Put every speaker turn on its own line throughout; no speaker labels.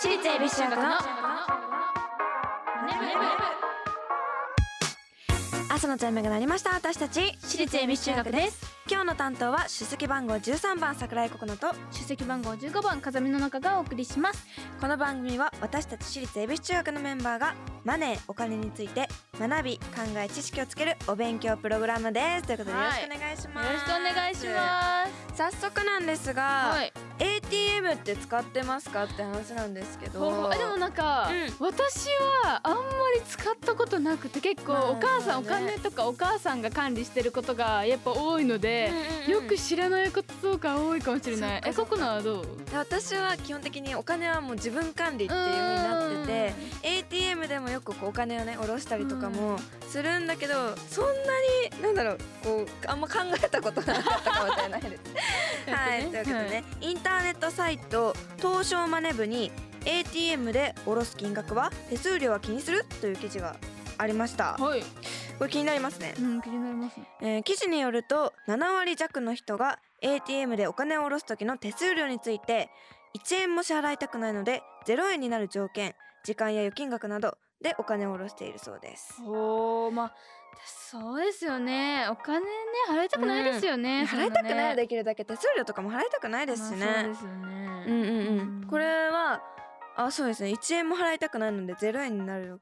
私立恵比寿中学の
朝のチャイムが鳴りました私たち
私立恵比寿中学です
今日の担当は出席番号13番桜井ココナと
出席番号15番風見の中がお送りします
この番組は私たち私立恵比寿中学のメンバーがマネーお金について学び考え知識をつけるお勉強プログラムですということでよろしくお願いし
よ
ま
ろし
す、
くお願いします
早速なんですが、
すはい
ATM って使ってますかって話なんですけ
ほうほ
ど
うあでもなんか、
う
私はあんまり使ったことなくて結構
まあ
お母さん、
まあね
お金とかお母さんが管理してることがやっぱ多いので、よく知らないことが多いかもしれない
そ
え
っかそ
コ
っか
コナはどうって
私は基本的にお金はもう自分管理っていう風になってて ATM でもよくこうお金をね下ろしたりとかもするんだけど、そんなになんだろうこうあんま考えてたことなかったかもしれないです。 はい、というわけでね、インターネットサイト東証マネ部に ATM で下ろす金額は手数料は気にするという記事がありました。
はい、
これ気になりますね。
うん、気になりますね
えー記事によると7割弱の人が ATM でお金を下ろす時の手数料について1円も支払いたくないので0円になる条件時間や預金額などでお金を下ろしているそうです。
おーまあそうですよねお金ね払いたくないですよね、そん
払いたくない
ね
できるだけ手数料とかも払いたくないですしね。
まあそうですよね、
うんうん
う
うんん、これはあそうですね1円も払いたくないので0円になる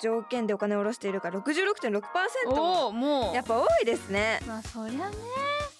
条件でお金を下ろしているから66.6%も
おおもう
やっぱ多いですね。
まあそりゃね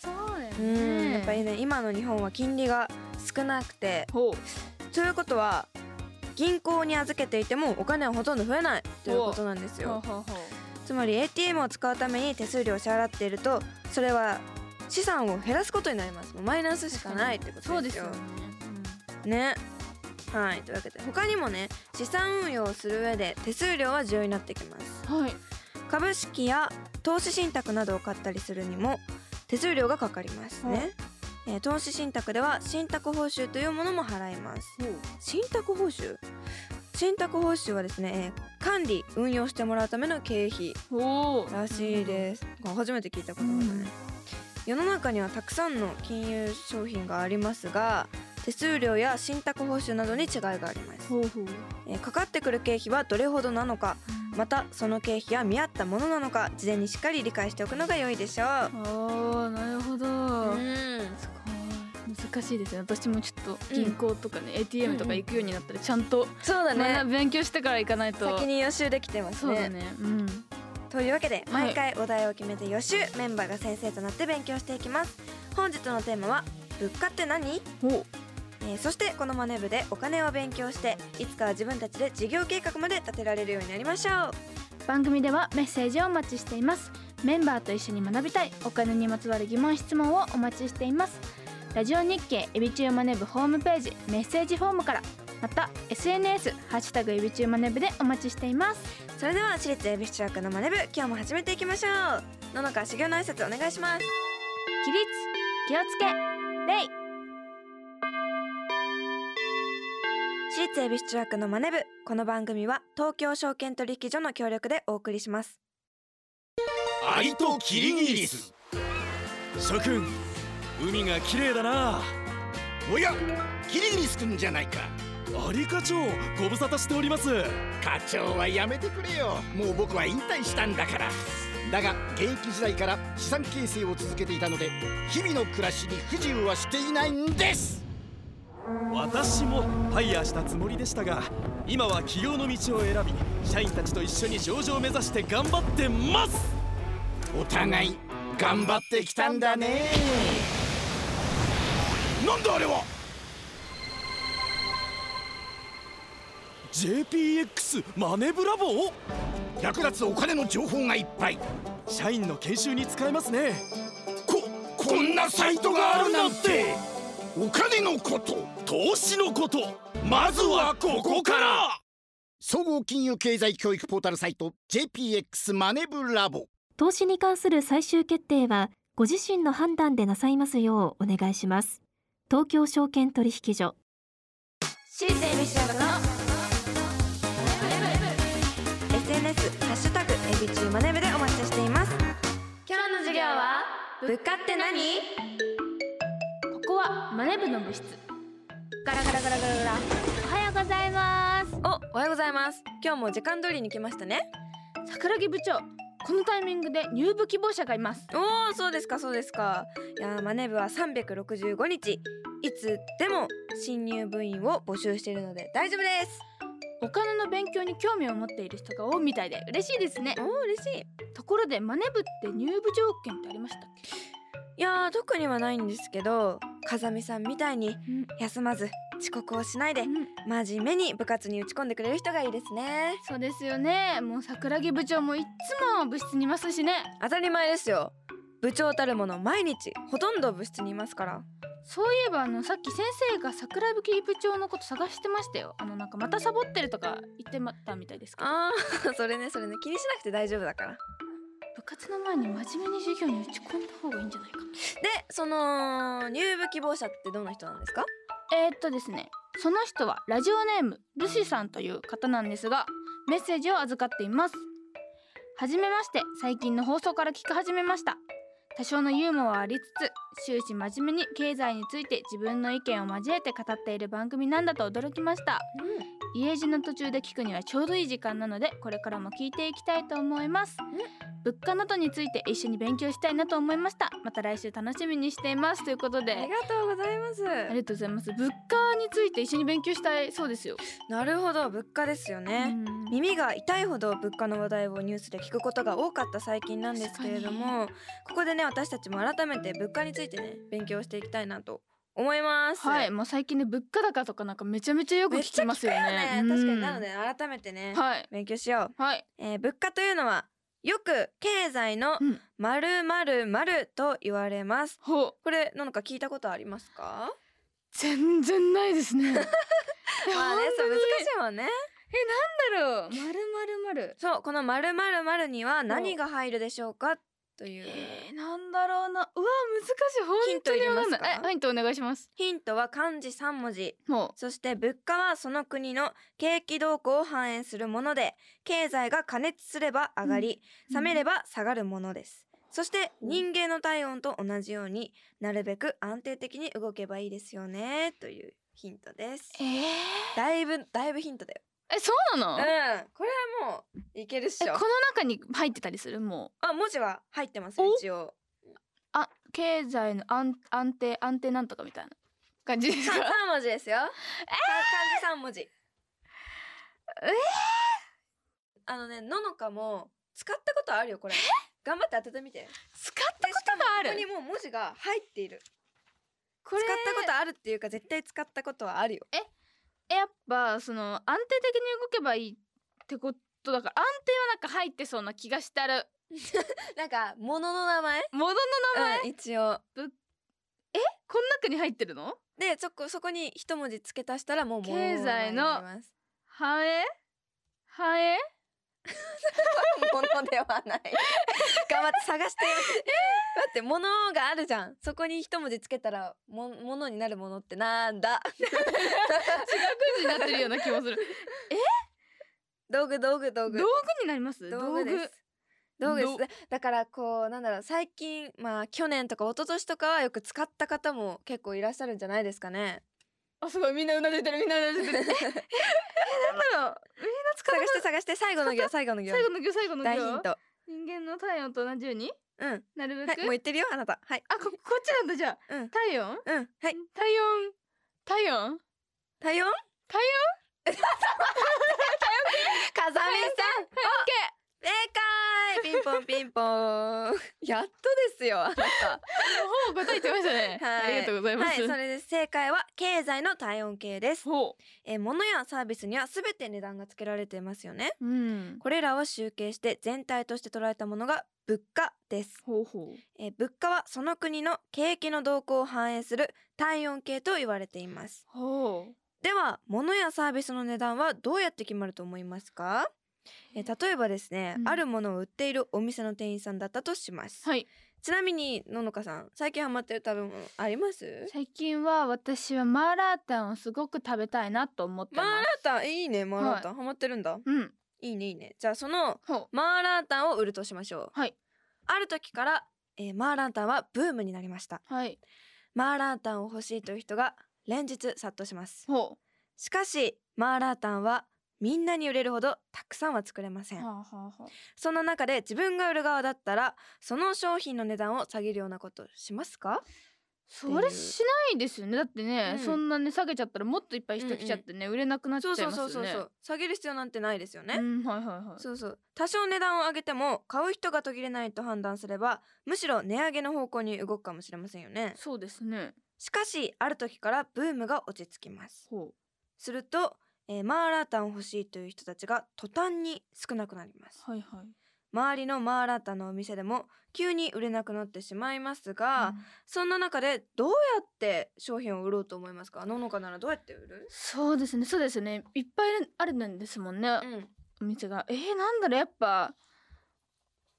そうだよ
うん
ね
やっぱりね今の日本は金利が少なくて
ほう
ということは銀行に預けていてもお金はほとんど増えないということなんです
ほう
よ
ほうほう
つまり ATM を使うために手数料を支払っているとそれは資産を減らすことになりますもうマイナスしかないってことですよ
そうですよね、
ねはいというわけで他にもね資産運用をする上で手数料は重要になってきます
うん、はい
株式や投資信託などを買ったりするにも手数料がかかりますね、えー投資信託では信託報酬というものも払います信託報酬信託報酬はですね、えー管理運用してもらうための経費
おお
らしい
す、
です、これ初めて聞いたことだね、
うん
世の中にはたくさんの金融商品がありますが手数料や信託報酬などに違いがあります、
ほうほう
えーかかってくる経費はどれほどなのかまたその経費は見合ったものなのか事前にしっかり理解しておくのが良いでしょ
あーなるほど、
う、
す
ん
ごい難しいですね私もちょっと銀行とかね、ATM とか行くようになったらちゃんと、
そうだ
まあ
ね
勉強してから行かないと
先に予習できてます
そうだ
ね
ねうん
というわけで毎回お題を決めて予習、メンバーが先生となって勉強していきます本日のテーマは物価って何
お
えーそしてこのマネ部でお金を勉強していつかは自分たちで事業計画まで立てられるようになりましょう
番組ではメッセージをお待ちしていますメンバーと一緒に学びたいお金にまつわる疑問質問をお待ちしていますラジオ日経エビチューマネブホームページメッセージフォームからまた SNS「ハッシュタグエビチューマネブ」でお待ちしています
それでは私立恵比寿中学のマネ部今日も始めていきましょうののか修行の挨拶お願いします
起立気をつけ礼
私立恵比寿中学のマネ部この番組は東京証券取引所の協力でお送りします
アリとキリギリス諸君海が綺麗だなおやキリギリスくんじゃないかアリ課長ご無沙汰しております
課長はやめてくれよもう僕は引退したんだからだが現役時代から資産形成を続けていたので日々の暮らしに不自由はしていないんです
私もファイヤーしたつもりでしたが今は起業の道を選び社員たちと一緒に上場を目指して頑張ってます
お互い頑張ってきたんだねなんだあれは
JPX マネブラボ
役立つお金の情報がいっぱい
社員の研修に使えますね
ここんなサイトがあるなんてお金のこと
投資のことまずはここから
総合金融経済教育ポータルサイト JPX マネブラボ
投資に関する最終決定はご自身の判断でなさいますようお願いします東京証券取引所
私立恵比寿中学の
SNS ハッシュタグエビ中マネ部でお待ちしています
今日の授業は
物価って何
ここはマネブの部室
ガラガラガラガラガラおはようございます
おおはようございます今日も時間通りに来ましたね
桜木部長このタイミングで入部希望者がいます
おおそうですかそうですかいやーマネ部は365日いつでも新入部員を募集しているので大丈夫です
お金の勉強に興味を持っている人が多いみたいで嬉しいですね
おお嬉しい
ところでマネ部って入部条件ってありましたっけ
いやー特にはないんですけど風見さんみたいに休まず遅刻をしないで
うん
真面目に部活に打ち込んでくれる人がいいですね
そうですよねもう桜木部長もいっつも部室にいますしね
当たり前ですよ部長たるもの毎日ほとんど部室にいますから
そういえばあのさっき先生が桜木部長のこと探してましたよあのなんかまたサボってるとか言ってまったみたいですけど
あー それねそれね気にしなくて大丈夫だから
部活の前に真面目に授業に打ち込んだ方がいいんじゃないかな
でその入部希望者ってどんな人なんですか
えーっとですねその人はラジオネームルシさんという方なんですがメッセージを預かっていますはじめまして最近の放送から聞き始めました多少のユーモアはありつつ終始真面目に経済について自分の意見を交えて語っている番組なんだと驚きました家路の途中で聞くにはちょうどいい時間なのでこれからも聞いていきたいと思います物価などについて一緒に勉強したいなと思いましたまた来週楽しみにしていますということで
ありがとうございます
ありがとうございます。物価について一緒に勉強したいそうですよ。
なるほど物価ですよ
う
ね、
ん
耳が痛いほど物価の話題をニュースで聞くことが多かった最近なんですけれどもここでね私たちも改めて物価についてね勉強していきたいなと思います
はい、もう最近ね物価高とかなんかめちゃめちゃよく
めっ
聞
ち
き
ゃ
ま
聞
す
く
よ
よ
ね
ね。
うん
確かになので改めてね
はい
勉強しよう
はい。
えー物価というのはよく経済の
うん
〇〇〇と言われます、
ほう
これなんか聞いたことありますか
全然ないですね。え、なんだ
まあねそう難しいもんね
ろう。まるまるまる。
そうこの〇〇〇には何が入るでしょうかという
えー、なんだろうな。うわ難しい。本
ヒン
当
トい
に
り
わ
ま
か
す
ん
か
ない。え、ヒントお願いします。
ヒントは漢字3文字
も
そして物価はその国の景気動向を反映するもので経済が加熱すれば上がり、
うん
冷めれば下がるものですそして人間の体温と同じようになるべく安定的に動けばいいですよねというヒントです
う。えー、
だいぶだいぶヒントだよ
え、そうな
うん
の？え、
これはもういけるっし
こ
ょ
の中に入ってたりするもう。
あ文字は入ってますよ
お
一応
あ、経済の安安定安定なんとかみたいな感じです
三
か。
三文字ですよ。さ漢字三文字。え
えー
あのね、ののかも使ったことあるよこれ。頑張って当ててみて。
使ったことがあ
ここに
る。
もう文字が入っている。
こ
使っ
れ
たことあるっていうか絶対使ったことはあるよ。
やっぱその安定的に動けばいいってことだから安定はなんか入ってそうな気がしたら
なんか物の名前。
ものの
うん一応。
この中に入ってるの
でそこそこに一文字付け足したらもう物名
経済の
になります。
繁栄繁栄
物ではない。 頑張って探して。 待って物があるじゃん。そこに一文字つけたらも物になるものってなんだ。
文字になってるような気もする
道具道具道具
道具になります
道具です道具です
ど
だだからこうなんだろう最近まあ去年とか一昨年とかはよく使った方も結構いらっしゃるんじゃないですかね
あすごいみんなうなずいてるみんなうなずいて るええなんだろうみんな使っ
探して探して最後の行最後の
た
行
最後の行最後の
大ヒン
行
ト
人間の体温と同じように
うんはい
なるべく、
もう言ってるよあなたはい
あここっちなんだじゃあ、
うん
体温
うんはい
体温体温体
体温
温
風見さん正解ピンポンピンポンやっとですよあなた、
ほぼ答えてましたね
はい
ありがとうございま
はい
す、
それで正解は経済の体温計です
ほ
えー物やサービスには全て値段がつけられていますよね
ううん
これらを集計して全体として捉えたものが物価です、
ほうほう
えー物価はその国の景気の動向を反映する体温計と言われています
ほう
では物やサービスの値段はどうやって決まると思いますかえー例えばですね、
うん
あるものを売っているお店の店員さんだったとします、
はい
ちなみにののかさん最近ハマってる食べ物あります
最近は私はマーラータンをすごく食べたいなと思って
マ
ま
ーラー
す
タンいいねマーラータン、ハマってるんだ
うん
いいねいいねじゃあその
ほう
マーラータンを売るとしましょう
はい
ある時から、えーマーラータンはブームになりました
はい
マーラータンを欲しいという人が連日殺到します
ほ
しかしマーラータンはみんなに売れるほどたくさんは作れませ
うんはあはあはあ
そんな中で自分が売る側だったらその商品の値段を下げるようなことしますか
それしないですよねだってね、
うん
そんなね下げちゃったらもっといっぱい人来ちゃってね、売れなくなっちゃ
そ
いうます
そ
よ
う
ね
そうそうそう下げる必要なんてないですよね、
うんはいはいはい
そうそう多少値段を上げても買う人が途切れないと判断すればむしろ値上げの方向に動くかもしれませんよね
そうですね
しかしある時からブームが落ち着きます
ほ
すると、えーマーラータンを欲しいという人たちが途端に少なくなります
うはいはい
周りのマーラータンのお店でも急に売れなくなってしまいますが、そんな中でどうやって商品を売ろうと思いますかののかならどうやって売る
そうですねそうですねいっぱいあるんですもんね、
うん
お店がえー、なんだろうやっぱ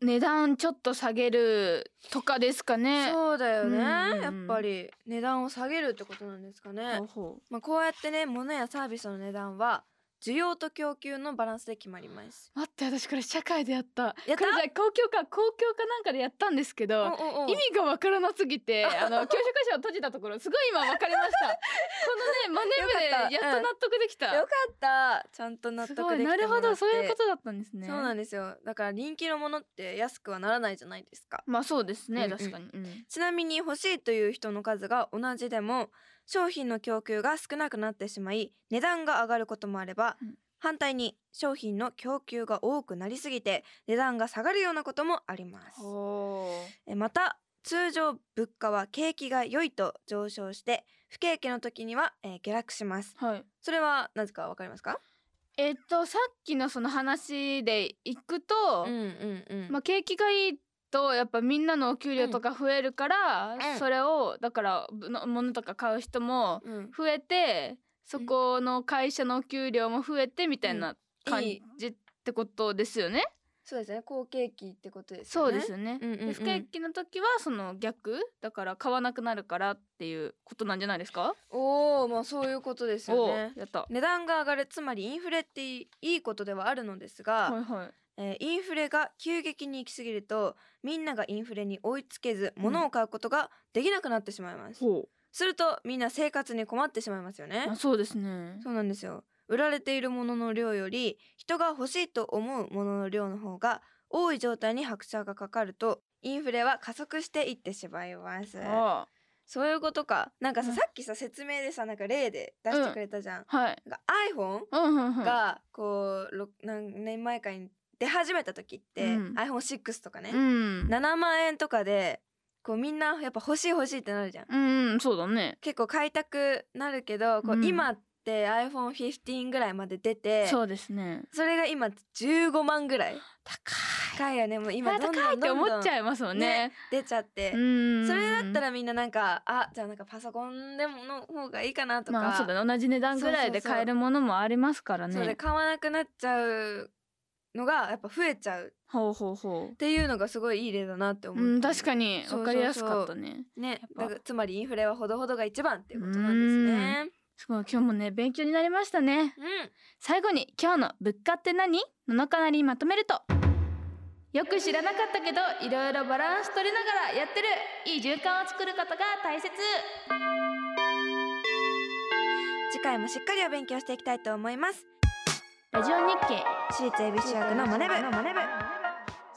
値段ちょっと下げるとかですかね
そうだよね、
うんうんうん
やっぱり値段を下げるってことなんですかね
ほうほ
まあ、こうやってね物やサービスの値段は需要と供給のバランスで決まります
う待って私これ社会でやった
やった
これじゃあ公共か公共かなんかでやったんですけど
おうおうおう
意味がわからなすぎ てあの教職者を閉じたところすごい今わかりましたこのねマネームで
よかった
やっと納得できた,、
よかったちゃんと納
す
得
ご
でき
い
た
なるほ
ものっ
ど
て
そういうことだったんですね
そうなんですよだから人気のものって安くはならないじゃないですか
まあそうですね、
うんうん
確かに、うん
ちなみに欲しいという人の数が同じでも商品の供給が少なくなってしまい値段が上がることもあれば、
うん
反対に商品の供給が多くなりすぎて値段が下がるようなこともあります
ほ
えまた通常物価は景気が良いと上昇して不景気の時には、えー下落します
うはい
それはなぜかわかりますか
えっとさっきのその話でいくと、
うんうんうん
まあ、景気がいいとやっぱみんなのお給料とか増えるから、
うん
それをだからぶの物とか買う人も
うん
増えてそこの会社のお給料も増えてみたいな感
いい
じってことですよね。
そうですね好景気ってことです
そ
よ
う
ね
ですよね。
うんうんうん
で不景気の時はその逆だから買わなくなるからっていうことなんじゃないですか？
おおまあそういうことですよ
お
ね
うやった。
値段が上がるつまりインフレっていいことではあるのですが、
はいはい。
えーインフレが急激に行き過ぎるとみんながインフレに追いつけず物を買うことができなくなってしまいます、
ほ
するとみんな生活に困ってしまいますよね
う。あそうですね。
そうなんですよ売られているものの量より人が欲しいと思うものの量の方が多い状態に拍車がかかるとインフレは加速していってしまいます
あ
そういうことかなんかさ、
うん
さっきさ説明でさなんか例で出してくれたじゃん、
あはい。
なんか iPhone
うんうんうん。
がこうろ何年前かに出始めた時って、
うん
iPhone6 とか
う
ね、
ん。
7万円とかでこうみんなやっぱ欲しい欲しいってなるじゃん
うんうんそうだね。
結構買いたくなるけどこ
う
うん今って iPhone15 ぐらいまで出て、
そうですね。
それが今15万ぐらい高いよねもう今
今
どん
高い
ど
っ
ん
て
どん
思
どん
っちゃいますもんね。
出ちゃって、
うん。
それだったらみんななんかあじゃあなんかパソコンでもの方がいいかなとか、
まあそうだね同じ値段ぐらいで
そうそうそう
買えるものもありますから
それで
ね。
買わなくなっちゃうのがやっぱ増えちゃうっ
ほうほうほう。
ていうのがすごいいい例だなって思う、
うん確かに
そうそうそう
分かりやすかったね。
ね
っぱ
だからつまりインフレはほどほどが一番っていうことなんですね
すごい今日もね勉強になりましたね。
うん
最後に今日の物価って何
ののかなりまとめるとよく知らなかったけどいろいろバランス取りながらやってるいい循環を作ることが大切
次回もしっかりお勉強していきたいと思います
ラジオ日経
私立恵比寿学のマネ部マネ部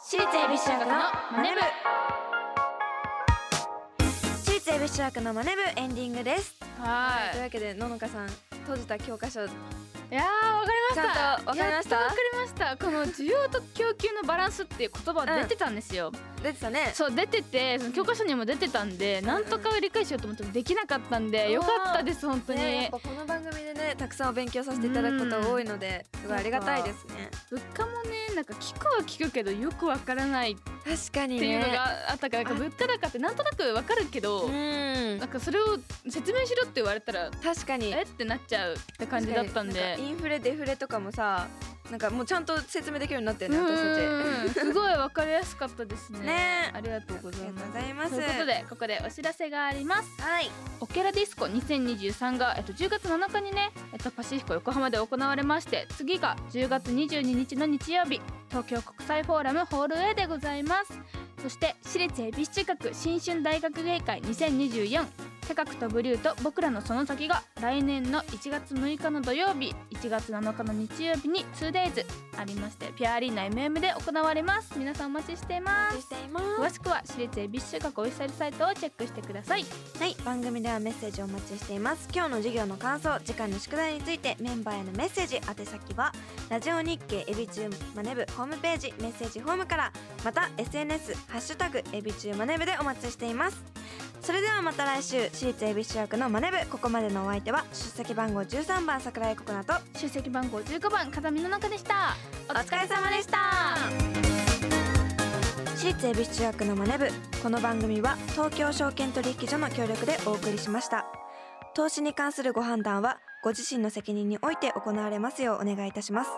私立恵比寿中のマネ部
私立恵比寿学のマネ部エンディングです、
は
というわけでののかさん閉じた教科書ち
いいやーわかりました
ゃんとわかりま
や
した
っとわかりましたこの需要と供給のバランスっていう言葉出てたんですよ、
出てたね
そう出ててその教科書にも出てたんで、なんとか理解しようと思ってもできなかったんで、
うん
よかったです本当に、
ね、やっぱこの番組でねたくさんお勉強させていただくことが多いのですごいありがたいですね
物価もねなんか聞くは聞くけどよくわからないっ
確かに
ていうのがあったから、なんか物価高ってなんとなくわかるけど、
うん
なんかそれを説明しろって言われたら
確かに
えってなっちゃうって感じだったん
確か
で
になんかインフレデフレとかもさなんかもうちゃんと説明できるようになってる
う
ね
ん
私た
すごいわかりやすかったですね
ちね
ありがとうございます
ありがとうございます
ということでここでお知らせがあります
はい
オケラディスコ2023が、えっと、10月7日にね、えっと、パシフィコ横浜で行われまして次が10月22日の日曜日東京国際フォーラムホール A でございますそして私立恵比寿中学新春大学芸会2024高く飛ぶ竜と僕らのその先が来年の1月6日の土曜日1月7日の日曜日に 2days ありましてピアアリーナ MM で行われます皆さんお待ちしていま
お
す
待ちしています
詳しくは私立恵比寿中学オフィシャルサイトをチェックしてください
はい番組ではメッセージをお待ちしています今日の授業の感想次回の宿題についてメンバーへのメッセージ宛先はラジオ日経エビチューマネブホームページメッセージフォームからまた SNS ハッシュタグエビチューマネブでお待ちしていますそれではまた来週私立エビ主役のマネブここまでのお相手は出席番号13番桜井ココナと
出席番号15番風見の中でしたお
お疲れ様でした私立恵比寿中学のマネ部この番組は東京証券取引所の協力でお送りしました投資に関するご判断はご自身の責任において行われますようお願いいたします